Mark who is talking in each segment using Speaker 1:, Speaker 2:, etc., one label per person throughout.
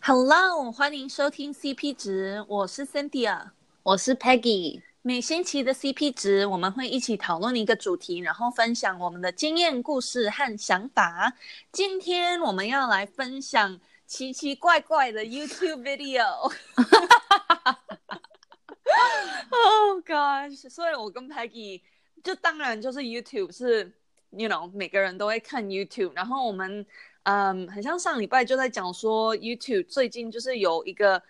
Speaker 1: Hello，欢迎收听 CP 值，我是 Cynthia。
Speaker 2: 我是 Peggy。
Speaker 1: 每星期的 CP 值，我们会一起讨论一个主题，然后分享我们的经验、故事和想法。今天我们要来分享奇奇怪怪的 YouTube video。oh gosh！所以我跟 Peggy 就当然就是 YouTube 是，you know，每个人都会看 YouTube。然后我们嗯，很像上礼拜就在讲说 YouTube 最近就是有一个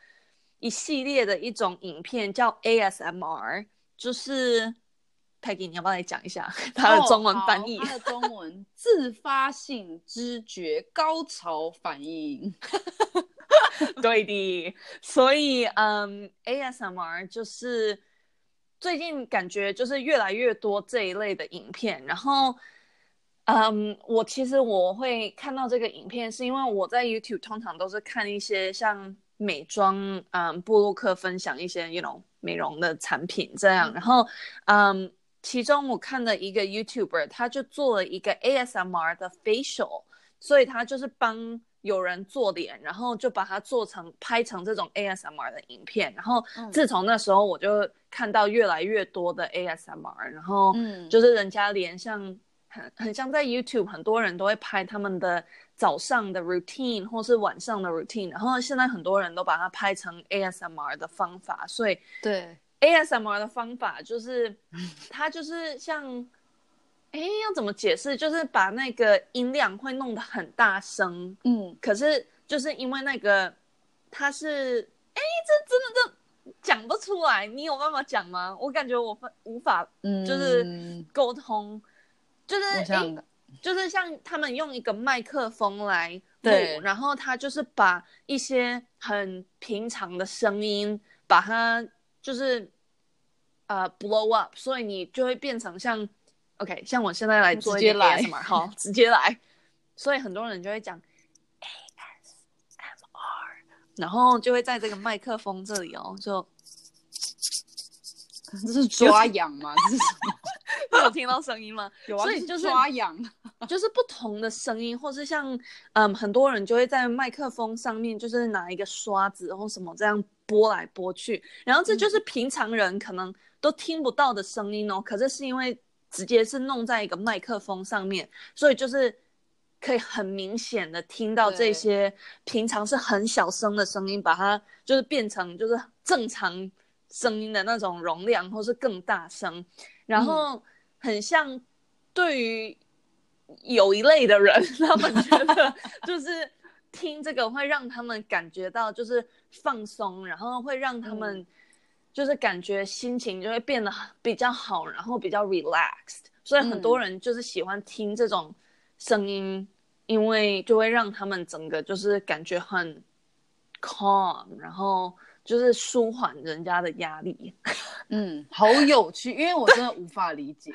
Speaker 1: 一系列的一种影片叫 ASMR，就是 Peggy，你要不要来讲一下它的中文翻译？
Speaker 2: 哦好它的中文自发性知觉高潮反应。
Speaker 1: 对的，所以嗯，ASMR 就是最近感觉就是越来越多这一类的影片，然后嗯，我其实我会看到这个影片，是因为我在 YouTube 通常都是看一些像美妆嗯布洛克分享一些 you know 美容的产品这样，
Speaker 2: 嗯
Speaker 1: 然后嗯，其中我看了一个 YouTuber，他就做了一个 ASMR 的 facial。所以他就是帮有人做脸，然后就把它做成拍成这种 ASMR 的影片。然后
Speaker 2: 嗯
Speaker 1: 自从那时候，我就看到越来越多的 ASMR，然后
Speaker 2: 嗯
Speaker 1: 就是人家连像很很像在 YouTube，很多人都会拍他们的早上的 routine 或是晚上的 routine，然后现在很多人都把它拍成 ASMR 的方法，所以
Speaker 2: 对，
Speaker 1: ASMR 的方法就是，
Speaker 2: 嗯
Speaker 1: 它就是像，哎，要怎么解释？就是把那个音量会弄得很大声，
Speaker 2: 嗯，
Speaker 1: 可是就是因为那个，它是，哎，这真的这讲不出来，你有办法讲吗？我感觉我分无法
Speaker 2: 嗯
Speaker 1: 就是沟通，就是
Speaker 2: 我
Speaker 1: 诶
Speaker 2: 想
Speaker 1: 就是像他们用一个麦克风来录
Speaker 2: 对，
Speaker 1: 然后他就是把一些很平常的声音，把它就是呃 blow up，所以你就会变成像 OK，像我现在来做一
Speaker 2: 直接
Speaker 1: 个
Speaker 2: 来
Speaker 1: ASMR，好，直接来，所以很多人就会讲 ASMR，然后就会在这个麦克风这里哦，就
Speaker 2: 这是抓痒 吗？这是什么
Speaker 1: 你有听到声音吗？
Speaker 2: 啊有啊，
Speaker 1: 所以就是
Speaker 2: 抓痒。
Speaker 1: 就是不同的声音，或是像嗯，很多人就会在麦克风上面，就是拿一个刷子或什么这样拨来拨去，然后这就是平常人可能都听不到的声音哦。可是是因为直接是弄在一个麦克风上面，所以就是可以很明显的听到这
Speaker 2: 对
Speaker 1: 些平常是很小声的声音，把它就是变成就是正常声音的那种容量，或是更大声，然后很像对于有一类的人，他们觉得就是听这个会让他们感觉到就是放松，然后会让他们就是感觉心情就会变得比较好，然后比较 relaxed。所以很多人就是喜欢听这种声音，因为就会让他们整个就是感觉很 calm，然后就是舒缓人家的压力。
Speaker 2: 嗯，好有趣，因为我真的无法理解。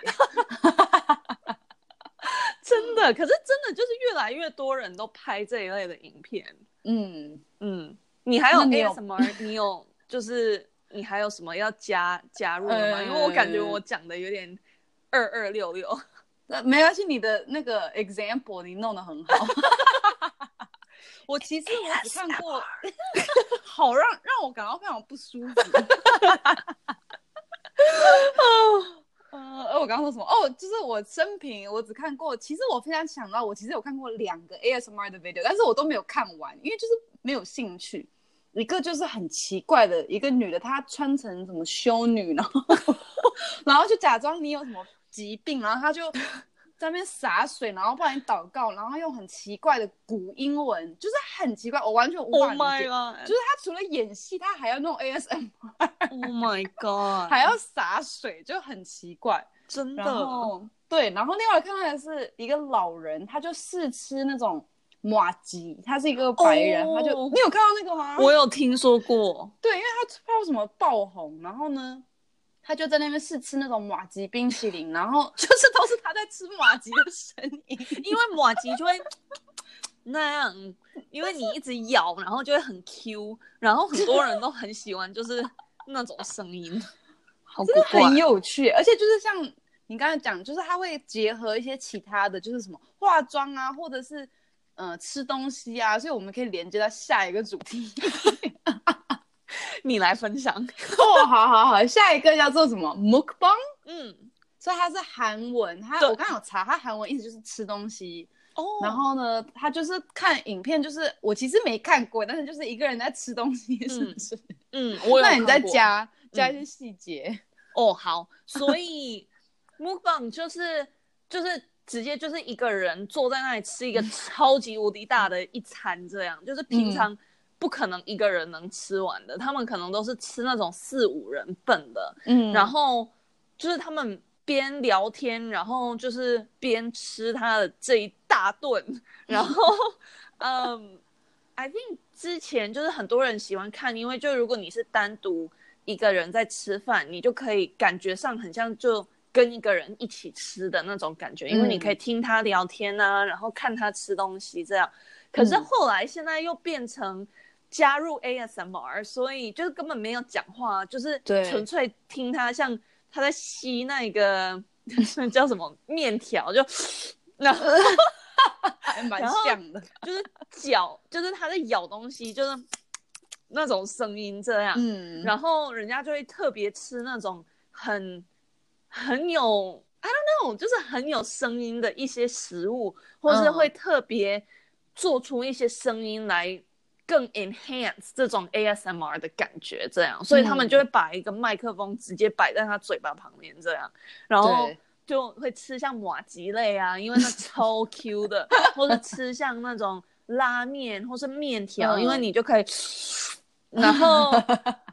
Speaker 1: 真的，可是真的就是越来越多人都拍这一类的影片。
Speaker 2: 嗯，
Speaker 1: 嗯，你还有
Speaker 2: 那你有
Speaker 1: ASMR，你有就是你还有什么要加加入的吗？
Speaker 2: 呃
Speaker 1: 因为我感觉我讲的有点二二六六。
Speaker 2: 那没关系，你的那个 example 你弄得很好。 我其实我只看过， 好让让我感到非常不舒服。 呃，呃我刚刚说什么？哦，就是我生平我只看过，其实我非常想到，我其实有看过两个 ASMR 的 video，但是我都没有看完，因为就是没有兴趣。一个就是很奇怪的一个女的，她穿成什么修女，然后然后就假装你有什么疾病，然后她就在那边洒水，然后帮你祷告，然后用很奇怪的古英文，就是很奇怪，我完全无
Speaker 1: Oh
Speaker 2: 法理
Speaker 1: my
Speaker 2: 解。就
Speaker 1: god!
Speaker 2: 是她除了演戏，她还要弄 ASM，
Speaker 1: Oh my god!
Speaker 2: 还要洒水，就很奇怪。
Speaker 1: 真
Speaker 2: 然
Speaker 1: 的
Speaker 2: 后对，然后另外看到的是一个老人，他就试吃那种马吉，他是一个白人，他就
Speaker 1: 哦
Speaker 2: 你有看到那个吗？
Speaker 1: 我有听说过。
Speaker 2: 对，因为他不知道什么爆红，然后呢，他就在那边试吃那种马吉冰淇淋，然后 就是都是他在吃马吉的声音，
Speaker 1: 因为马吉就会 那样，因为你一直咬，然后就会很 Q，然后很多人都很喜欢，就是那种声音，好古
Speaker 2: 真的
Speaker 1: 怪。
Speaker 2: 很有趣，而且就是像你刚才讲，就是他会结合一些其他的，就是什么化妆啊，或者是呃吃东西啊，所以我们可以连接到下一个主题。
Speaker 1: 你来分享。
Speaker 2: 哦，好好好，下一个叫做什么 mukbang，
Speaker 1: 嗯，
Speaker 2: 所以它是韩文，它
Speaker 1: 对
Speaker 2: 我刚刚有查，它韩文意思就是吃东西。
Speaker 1: 哦，
Speaker 2: 然后呢，他就是看影片，就是我其实没看过，但是就是一个人在吃东西，是不是？
Speaker 1: 嗯，我有
Speaker 2: 那你再
Speaker 1: 看过
Speaker 2: 加加一
Speaker 1: 嗯
Speaker 2: 些细节，
Speaker 1: 哦，好，所以 mukbang 就是就是直接就是一个人坐在那里吃一
Speaker 2: 嗯
Speaker 1: 个超级无敌大的一餐，这样就是平常不可能一个人能吃完的，他们可能都是吃那种四五人份的，
Speaker 2: 嗯
Speaker 1: 然后就是他们边聊天，然后就是边吃他的这一大顿，然后嗯，I think 之前就是很多人喜欢看，因为就如果你是单独一个人在吃饭，你就可以感觉上很像就。跟一个人一起吃的那种感觉，因为你
Speaker 2: 嗯
Speaker 1: 可以听他聊天啊，然后看他吃东西这样。可是
Speaker 2: 嗯
Speaker 1: 后来现在又变成加入 ASMR，所以就是根本没有讲话，啊就是
Speaker 2: 对
Speaker 1: 纯粹听他像他在吸那个 叫什么面条，就然后
Speaker 2: 还蛮
Speaker 1: 然后
Speaker 2: 像的，
Speaker 1: 就是嚼，就是他在咬东西，就是那种声音这样。
Speaker 2: 嗯
Speaker 1: 啊然后人家就会特别吃那种很很有 I don't know，就是很有声音的一些食物，或是
Speaker 2: 嗯
Speaker 1: 会特别做出一些声音来更 enhance 这种 ASMR 的感觉，这样，所以他们
Speaker 2: 嗯
Speaker 1: 就会把一个麦克风直接摆在他嘴巴旁边这样，然后
Speaker 2: 对。
Speaker 1: 就会吃像马吉类啊，因为 那超 Q 的，或者吃像那种拉面或是面条，
Speaker 2: 嗯
Speaker 1: 因为你就可以，然后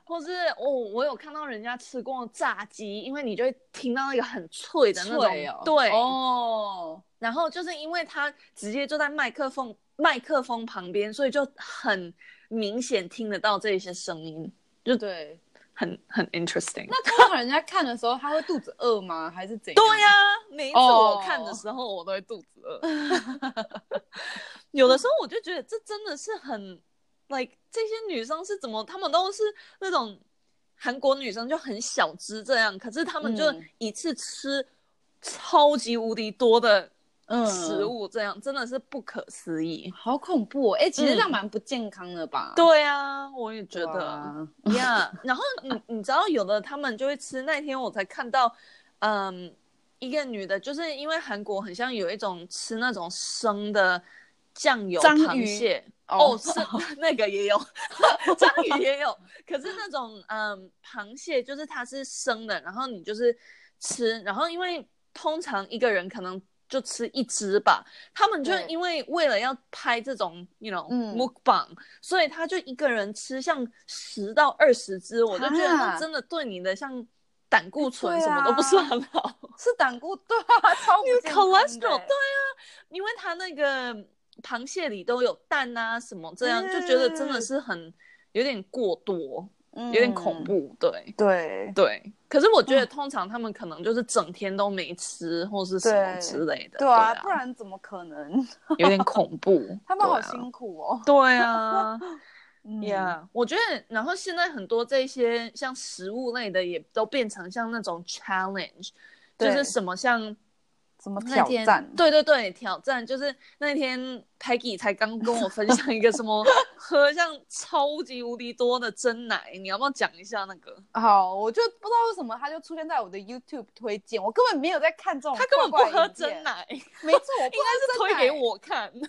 Speaker 1: 或是哦，我有看到人家吃过炸鸡，因为你就会听到那个很脆的那种，
Speaker 2: 脆哦，
Speaker 1: 对，
Speaker 2: 哦，
Speaker 1: 然后就是因为它直接就在麦克风麦克风旁边，所以就很明显听得到这些声音，
Speaker 2: 对。
Speaker 1: 很很 interesting。
Speaker 2: 那通常人家看的时候，他会肚子饿吗？还是怎样？
Speaker 1: 对呀、每一次我
Speaker 2: 哦
Speaker 1: 看的时候，我都会肚子 饿。有的时候我就觉得这真的是很，like 这些女生是怎么，她们都是那种韩国女生就很小只这样，可是她们就
Speaker 2: 嗯
Speaker 1: 一次吃超级无敌多的
Speaker 2: 嗯
Speaker 1: 食物，这样、真的是不可思议。
Speaker 2: 好恐怖哦！哎、其实
Speaker 1: 嗯
Speaker 2: 这样蛮不健康的吧？
Speaker 1: 对啊，我也觉
Speaker 2: 对
Speaker 1: 得。
Speaker 2: 啊，
Speaker 1: 呀然后你你知道有的他们就会吃，那天我才看到，嗯，一个女的，就是因为韩国很像有一种吃那种生的酱油
Speaker 2: 章
Speaker 1: 螃
Speaker 2: 鱼
Speaker 1: 蟹，哦，
Speaker 2: 哦
Speaker 1: 是 那个也有，章 鱼也有，可是那种嗯螃蟹就是它是生的，然后你就是吃，然后因为通常一个人可能。就吃一只吧，他们就
Speaker 2: 对
Speaker 1: 因为为了要拍这种，you know，
Speaker 2: 嗯
Speaker 1: mukbang，所以他就一个人吃像十到二十只，我就觉得那
Speaker 2: 啊
Speaker 1: 真的对你的像胆固醇
Speaker 2: 对
Speaker 1: 什
Speaker 2: 啊
Speaker 1: 么都不是很好、
Speaker 2: 是胆固对啊，超不健
Speaker 1: c h
Speaker 2: 康
Speaker 1: o l
Speaker 2: 的欸
Speaker 1: e s t e r o l 对啊，因为它那个螃蟹里都有蛋啊什么，这样、
Speaker 2: 嗯
Speaker 1: 就觉得真的是很有点过多，有
Speaker 2: 有
Speaker 1: 点恐。怖，对
Speaker 2: 嗯对
Speaker 1: 对。可是我觉
Speaker 2: 嗯
Speaker 1: 得通常他们可能就是整天都没吃或是什么
Speaker 2: 对
Speaker 1: 之类的，
Speaker 2: 对啊，不然怎么可能？ ，
Speaker 1: 有点恐怖
Speaker 2: 他们好
Speaker 1: 对啊
Speaker 2: 辛苦哦。
Speaker 1: 对啊。
Speaker 2: 嗯
Speaker 1: 呀 我觉得，然后现在很多这些像食物类的也都变成像那种 challenge，就
Speaker 2: 对
Speaker 1: 是什么像
Speaker 2: 怎么
Speaker 1: 那
Speaker 2: 挑
Speaker 1: 天
Speaker 2: 战？
Speaker 1: 对对对，挑战就是那天 Peggy 才刚跟我分享一个什 么喝像超级无敌多的真奶，你要不要讲一下那
Speaker 2: 哦
Speaker 1: 个？
Speaker 2: 好，我就不知道为什么他就出现在我的 YouTube 推荐，我根本没有在看这种
Speaker 1: 他根本
Speaker 2: 怪
Speaker 1: 不
Speaker 2: 怪
Speaker 1: 喝
Speaker 2: 影片
Speaker 1: 真，奶，应
Speaker 2: 没错，我不
Speaker 1: 该是
Speaker 2: 喝真
Speaker 1: 推
Speaker 2: 奶
Speaker 1: 给我看。
Speaker 2: 对，不知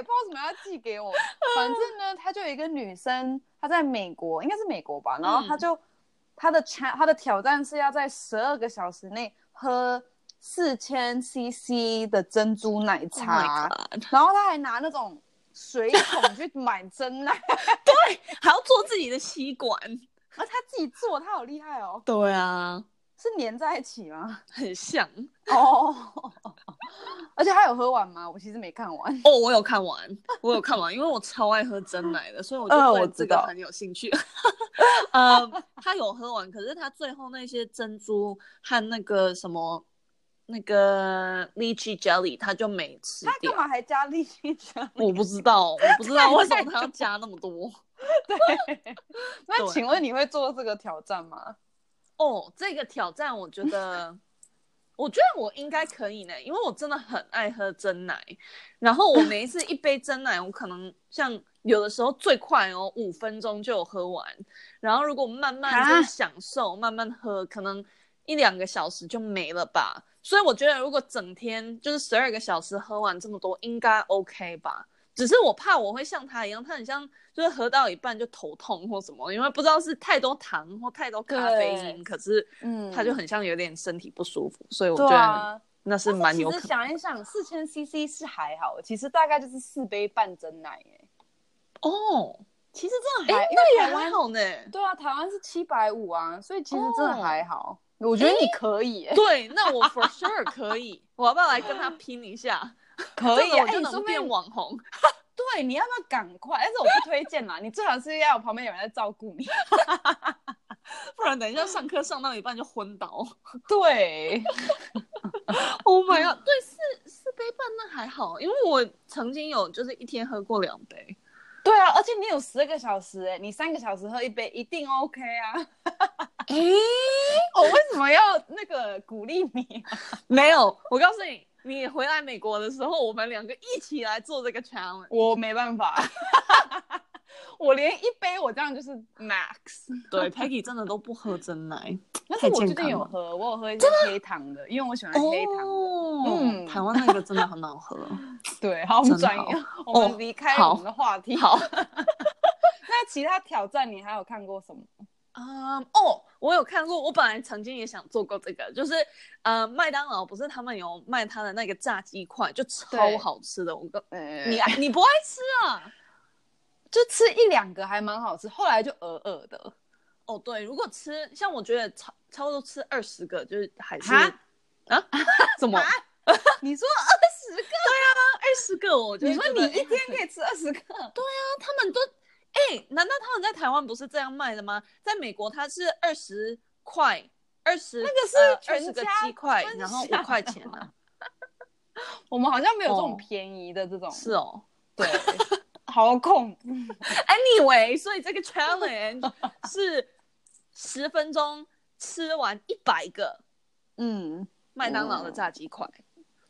Speaker 2: 道为什么要寄给 我。反正呢，她就有一个女生，她在美国，应该是美国
Speaker 1: 嗯
Speaker 2: 吧，然后她就她的挑她的挑战是要在十二个小时内喝四千 CC 的珍珠奶
Speaker 1: Oh
Speaker 2: 茶
Speaker 1: my god，
Speaker 2: 然后她还拿那种水桶去买真奶，
Speaker 1: 还要做自己的吸管。
Speaker 2: 而她自己做，她好厉害哦，
Speaker 1: 对啊，
Speaker 2: 是粘在一起吗？
Speaker 1: 很像。
Speaker 2: 哦，而且她有喝完吗？我其实没看完。
Speaker 1: 哦，我有看完，我有看完，因为我超爱喝真奶的，哦所以我就
Speaker 2: 嗯
Speaker 1: 对
Speaker 2: 我
Speaker 1: 这
Speaker 2: 知
Speaker 1: 个
Speaker 2: 道
Speaker 1: 很有兴 趣。呃，他有喝完，可是他最后那些珍珠和那个什么那个 lychee jelly 他就没吃
Speaker 2: 她干
Speaker 1: 掉。
Speaker 2: 嘛还加力气讲？
Speaker 1: 我不知道，我不 知道为什么他要加那么多。
Speaker 2: 那
Speaker 1: 对
Speaker 2: 请问你会做这个挑战吗？
Speaker 1: 哦，这个挑战我觉得我觉得我应该可以呢，因为我真的很爱喝真奶。然后我每一次一杯真奶，我可能像有的时候最快哦，五分钟就有喝完。然后如果慢慢就是享受，慢慢喝，可能一两个小时就没了吧。所以我觉得如果整天就是十二个小时喝完这么多，应该 OK 吧。只是我怕我会像他一样，他很像就是喝到一半就头痛或什么，因为不知道是太多糖或太多咖啡因，
Speaker 2: 对
Speaker 1: 可是
Speaker 2: 嗯
Speaker 1: 他就很像有点身体不舒服，所以我觉
Speaker 2: 对
Speaker 1: 得
Speaker 2: 啊。
Speaker 1: 那是蛮有
Speaker 2: 但
Speaker 1: 可
Speaker 2: 其实
Speaker 1: 能。
Speaker 2: 想一想，四千 CC 是还好，其实大概就是四杯半真奶耶。
Speaker 1: 哦，
Speaker 2: 其实这
Speaker 1: 哎、
Speaker 2: 样还，因
Speaker 1: 那
Speaker 2: 为
Speaker 1: 也
Speaker 2: 台
Speaker 1: 还
Speaker 2: 湾
Speaker 1: 好呢。
Speaker 2: 对啊，台湾是七百五啊，所以其实真的还好。我觉得你可以耶，
Speaker 1: 对，那我 for sure 可以。我要不要来跟他拼一下？
Speaker 2: 可
Speaker 1: 这样
Speaker 2: 哎，
Speaker 1: 我就
Speaker 2: 你
Speaker 1: 能
Speaker 2: 说
Speaker 1: 变
Speaker 2: 变
Speaker 1: 网红。
Speaker 2: 对，你要不要赶快？但是我不推荐啦，你最好是要有旁边有人在照顾你。
Speaker 1: 不然等 一下上课上到一半就昏倒。
Speaker 2: 对，
Speaker 1: Oh my god！对，四四杯半那还好，因为我曾经有就是一天喝过两杯。
Speaker 2: 对啊，而且你有十二个小时，哎，你三个小时喝一杯一定 OK 啊。
Speaker 1: 哎、
Speaker 2: 我为什么要那个鼓励你？啊
Speaker 1: 没有，我告诉你，你回来美国的时候，我们两个一起来做这个 challenge。
Speaker 2: 我没办法， 我连一杯我这样就是 max。
Speaker 1: 对，Peggy 真的都不喝真奶，
Speaker 2: 但是我
Speaker 1: 太
Speaker 2: 最
Speaker 1: 健康
Speaker 2: 近
Speaker 1: 了
Speaker 2: 有喝，我有喝一些黑糖的，因为我喜欢黑糖的。
Speaker 1: 哦
Speaker 2: 嗯
Speaker 1: 台湾那个真的很好喝。
Speaker 2: 对，好，我们
Speaker 1: 真
Speaker 2: 转
Speaker 1: 好
Speaker 2: 移，我
Speaker 1: 哦
Speaker 2: 们离开
Speaker 1: 好
Speaker 2: 我们的话 题。
Speaker 1: 好，
Speaker 2: 那其他挑战你还有看过什么？
Speaker 1: 嗯，哦，我有看过，我本来曾经也想做过这个，就是呃，麦当劳不是他们有卖他的那个炸鸡块，就超
Speaker 2: 对
Speaker 1: 好吃的。我跟
Speaker 2: 你
Speaker 1: 你爱你不爱吃啊？
Speaker 2: 就吃一两个还蛮好吃，后来就鹅鹅的。
Speaker 1: 哦，对，如果吃，像我觉得超差不多吃二十个，就是还是
Speaker 2: 哈
Speaker 1: 啊？怎么
Speaker 2: 啊
Speaker 1: 二
Speaker 2: 你说二十个？
Speaker 1: 十个？我就
Speaker 2: 你说
Speaker 1: 觉
Speaker 2: 你
Speaker 1: 得
Speaker 2: 一天可以吃二十个？
Speaker 1: 他们都，哎、难道他们在台湾不是这样卖的吗？在美国，它是二十块，二十那呃
Speaker 2: 个是
Speaker 1: 二
Speaker 2: 全
Speaker 1: 十个
Speaker 2: 家
Speaker 1: 鸡块，
Speaker 2: 分
Speaker 1: 然后
Speaker 2: 享
Speaker 1: 五块钱啊。
Speaker 2: 我们好像没有这种
Speaker 1: 哦
Speaker 2: 便宜的这种，
Speaker 1: 是哦。
Speaker 2: 对， 好恐怖。
Speaker 1: Anyway，所 以这个 challenge 是十分钟吃完一百个
Speaker 2: 嗯，
Speaker 1: 麦当劳的炸鸡块。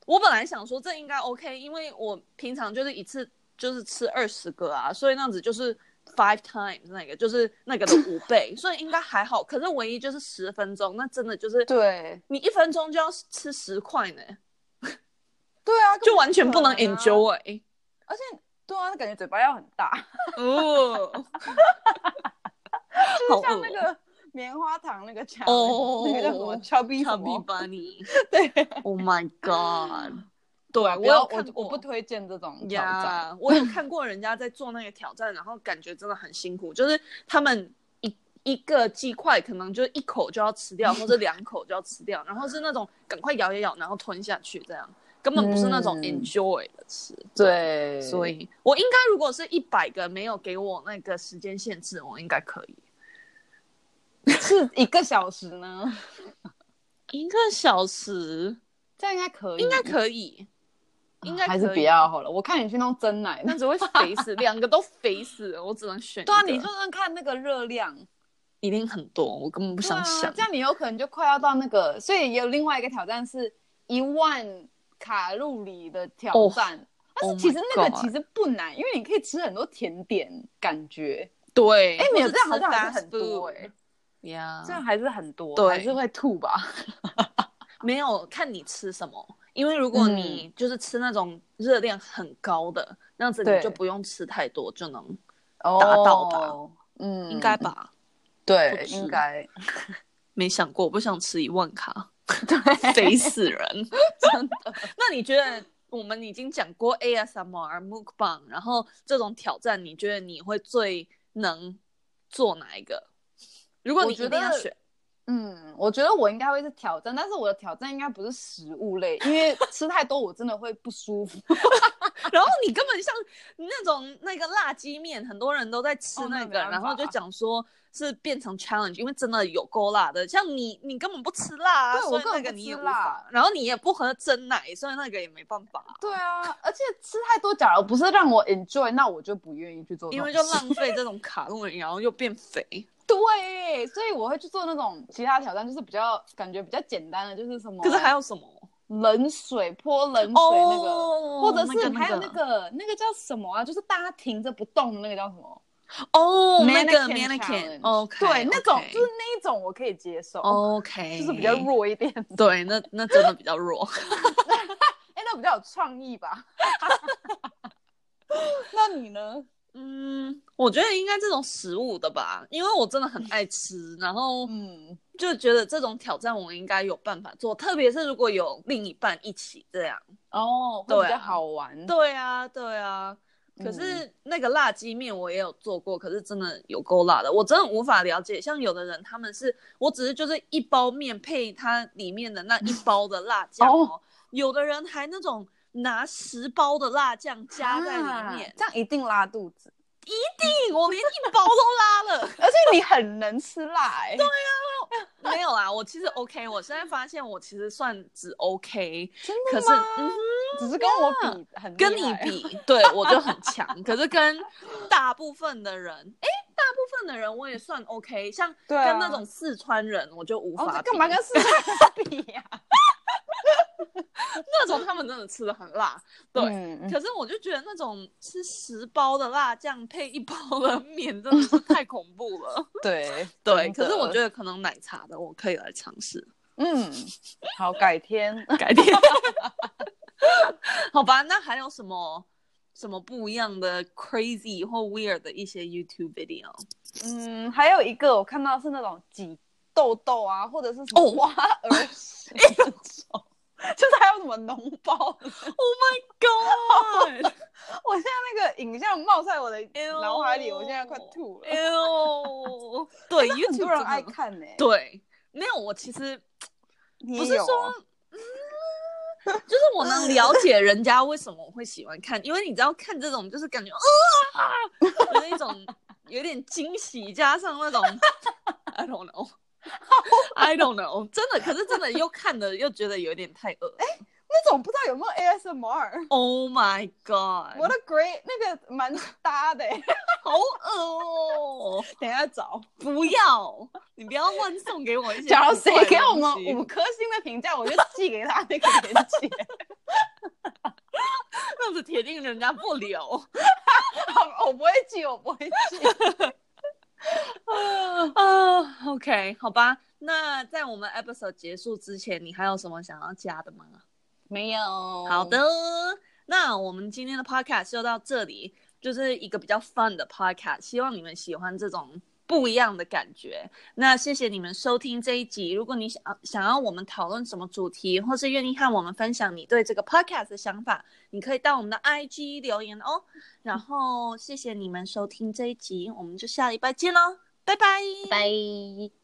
Speaker 1: 我本来想说这应该 OK，因为我平常就是一次就是吃二十个啊，所以那样子就是 five times 那个就是那个的五 倍，所以应该还好。可是唯一就是十分钟，那真的就是
Speaker 2: 对，
Speaker 1: 你一分钟就要吃十块呢，
Speaker 2: 对啊，
Speaker 1: 就完全不能
Speaker 2: 根本可啊。
Speaker 1: enjoy。
Speaker 2: 而且，对啊，感觉嘴巴要很大，
Speaker 1: 哦，
Speaker 2: 就
Speaker 1: 好
Speaker 2: 是像那
Speaker 1: 饿
Speaker 2: 个棉花糖那个墙，
Speaker 1: 哦
Speaker 2: 那个叫什么俏逼什
Speaker 1: Chubby
Speaker 2: 么？
Speaker 1: Bunny。
Speaker 2: 对，
Speaker 1: Oh my god！对啊
Speaker 2: 不
Speaker 1: 我
Speaker 2: 要
Speaker 1: 有
Speaker 2: 我
Speaker 1: 看
Speaker 2: 我
Speaker 1: 过
Speaker 2: 不推荐这种挑战。
Speaker 1: 呀我有看过人家在做那个挑战，然后感觉真的很辛苦，就是他们一一个鸡块可能就一口就要吃掉，或者 两口就要吃掉，然后是那种赶快咬一咬，然后吞下去，这样根本不是那种
Speaker 2: 嗯
Speaker 1: enjoy 的吃。
Speaker 2: 对，
Speaker 1: 所以我应该如果是一百个没有给我那个时间限制，我应该可以。
Speaker 2: 是一个小时呢，
Speaker 1: 一个小时
Speaker 2: 这样应该可
Speaker 1: 嗯
Speaker 2: 以，
Speaker 1: 应该可以，应该
Speaker 2: 还是
Speaker 1: 可
Speaker 2: 不
Speaker 1: 以
Speaker 2: 要好了。我看你去弄真奶的
Speaker 1: 那只会肥 死，两个都肥死，我只能选一个。
Speaker 2: 对啊，你就算看那个热量，
Speaker 1: 一定很多，我根本不
Speaker 2: 不
Speaker 1: 想想。
Speaker 2: 啊这样你有可能就快要到那个，所以也有另外一个挑战是一万卡路里的挑战。但
Speaker 1: Oh
Speaker 2: 是
Speaker 1: my
Speaker 2: 其实那个
Speaker 1: God
Speaker 2: 其实不难，因为你可以吃很多甜点，感觉
Speaker 1: 对，
Speaker 2: 哎没有
Speaker 1: 或者
Speaker 2: 这样好像
Speaker 1: 吃
Speaker 2: 还是
Speaker 1: fast
Speaker 2: 很多哎
Speaker 1: food 呀
Speaker 2: 这样还是很多，
Speaker 1: 嗯对
Speaker 2: 还是会吐 吧。
Speaker 1: 没有看你吃什么，因为如果你就是吃那种热量很高的，那样子你
Speaker 2: 对
Speaker 1: 就不用吃太多就能，达
Speaker 2: 达
Speaker 1: 到吧
Speaker 2: 嗯，
Speaker 1: 应该吧？不
Speaker 2: 对，
Speaker 1: 止
Speaker 2: 应该
Speaker 1: 没想过，我不想吃一万卡， 对，肥死 人，真的。那你觉得我们已经讲过 ASMR、Mukbang，然后这种挑战，你觉得你会最能做哪一个？如果你
Speaker 2: 我
Speaker 1: 一
Speaker 2: 觉
Speaker 1: 定
Speaker 2: 得
Speaker 1: 要选，
Speaker 2: 嗯，我觉得我应该会是挑战，但是我的挑战应该不是食物类，因为吃太多我真的会不舒 服。
Speaker 1: 然后你根本像那种那个辣鸡面，很多人都在吃
Speaker 2: 哦那
Speaker 1: 那
Speaker 2: 没
Speaker 1: 个，
Speaker 2: 办
Speaker 1: 然后就
Speaker 2: 法
Speaker 1: 讲说是变成 challenge，因为真的有够辣的。像你，你根本不吃辣、啊，
Speaker 2: 对
Speaker 1: 所
Speaker 2: 我
Speaker 1: 以
Speaker 2: 根
Speaker 1: 那
Speaker 2: 本
Speaker 1: 个
Speaker 2: 不
Speaker 1: 你
Speaker 2: 吃
Speaker 1: 也无
Speaker 2: 辣
Speaker 1: 法。然后你也不喝真奶，所以那个也没办 法，
Speaker 2: 对啊，而且吃太多，假如不是让我 enjoy，那我就不愿意去做这
Speaker 1: 因
Speaker 2: 种
Speaker 1: 为
Speaker 2: 事。
Speaker 1: 就浪费这种卡路里，然后又变肥。
Speaker 2: 对对，所以我会去做那种其他挑战，就是比较感觉比较简单的，就是什么，
Speaker 1: 可是还有什么？
Speaker 2: 冷水泼冷水那个，
Speaker 1: 哦，
Speaker 2: 或者是
Speaker 1: 那个
Speaker 2: 还有那个那个叫什么啊？就是大家停着不动的那个叫什么？
Speaker 1: 哦，那个
Speaker 2: Mannequin
Speaker 1: mannequin，
Speaker 2: challenge 对，
Speaker 1: 对
Speaker 2: 那种就是那一种我可以接受，
Speaker 1: 哦 OK，
Speaker 2: 就是比较，弱一点。
Speaker 1: 对，那那真的比较弱。
Speaker 2: 哎，那比较有创意吧？ 那你呢？
Speaker 1: 嗯，我觉得应该这种食物的吧，因为我真的很爱吃，然后
Speaker 2: 嗯，
Speaker 1: 就觉得这种挑战我应该有办法做，特别是如果有另一半一起这样。
Speaker 2: 哦，
Speaker 1: 对
Speaker 2: 会比较
Speaker 1: 啊
Speaker 2: 好玩。
Speaker 1: 对啊，对啊。可是那个辣鸡面我也有做过，可是真的有够辣的，我真的无法了解。像有的人他们是，我只是就是一包面配它里面的那一包的辣酱哦，
Speaker 2: 哦
Speaker 1: 有的人还那种拿十包的辣酱加在里面
Speaker 2: 啊，这样一定拉肚子。
Speaker 1: 咦我连一包都拉了。
Speaker 2: 而且你很能吃辣、欸，对，
Speaker 1: 没有啦，我其实 OK，我现在发现我其实算只 OK，
Speaker 2: 真
Speaker 1: 可
Speaker 2: 的
Speaker 1: 是、
Speaker 2: 吗？
Speaker 1: 嗯哼、
Speaker 2: 只是跟我比很厉害
Speaker 1: 跟你，比，对我就很强。可是跟大部分的人，哎、大部分的人我也算 OK，像
Speaker 2: 对
Speaker 1: 跟
Speaker 2: 啊
Speaker 1: 那种四川人我就无
Speaker 2: 哦，
Speaker 1: 法
Speaker 2: 这
Speaker 1: 比、
Speaker 2: 干嘛跟四川比 呀、
Speaker 1: 那种他们真的吃的很辣，对。
Speaker 2: 嗯
Speaker 1: 可是我就觉得那种吃十包的辣酱配一包的面真的是太恐怖了。
Speaker 2: 对
Speaker 1: 对，可是我觉
Speaker 2: 得，
Speaker 1: 得可能奶茶的我可以来尝试。
Speaker 2: 嗯，好，改天
Speaker 1: 改天。 好吧，那还有什么什么不一样的 crazy 或 weird 的一些 YouTube video？
Speaker 2: 嗯，还有一个我看到是那种挤痘痘啊，或者是什么
Speaker 1: 哦
Speaker 2: 挖耳屎那种， 就是还有什么脓包，
Speaker 1: Oh my god！
Speaker 2: 我现在那个影像冒在我的
Speaker 1: 哎呦
Speaker 2: 脑海里，我现在快吐 了。
Speaker 1: 哎呦，对
Speaker 2: 很
Speaker 1: ，YouTube
Speaker 2: 多
Speaker 1: 真
Speaker 2: 人
Speaker 1: 的
Speaker 2: 爱，看呢、
Speaker 1: 对，没有我其实
Speaker 2: 你
Speaker 1: 不
Speaker 2: 也
Speaker 1: 是
Speaker 2: 有啊哦
Speaker 1: 说。嗯就是我能了解人家为什么会喜欢看，因为你知道看这种就是感觉啊，就是一种有点惊喜，加上那种 I don't know。I don't know，真的，可是真的又看了又觉得有点太恶。
Speaker 2: 哎那种不知道有没有 ASMR，
Speaker 1: Oh my
Speaker 2: 我
Speaker 1: god，
Speaker 2: 的 great 那个蛮搭的、欸，
Speaker 1: 好恶哦！
Speaker 2: 等一下找。
Speaker 1: 不要，你不要乱送给我一些奇怪
Speaker 2: 假
Speaker 1: 的东
Speaker 2: 如
Speaker 1: 西。
Speaker 2: 谁给我们五颗星的评价，我就寄给他那个链接。
Speaker 1: 这样子，铁定人家不留。
Speaker 2: 好 我不会寄，我不会寄。
Speaker 1: 啊、o k 好吧。那在我们 episode 结束之前，你还有什么想要加的吗？
Speaker 2: 没有
Speaker 1: 好的，，那我们今天的 podcast 就到这里，就是一个比较 fun 的 podcast，希望你们喜欢这种不一样的感觉。那谢谢你们收听这一集。如果你想想要我们讨论什么主题，或是愿意和我们分享你对这个 podcast 的想法，你可以到我们的 IG 留言哦。然后谢谢你们收听这一集，我们就下礼拜见喽，拜拜，
Speaker 2: 拜。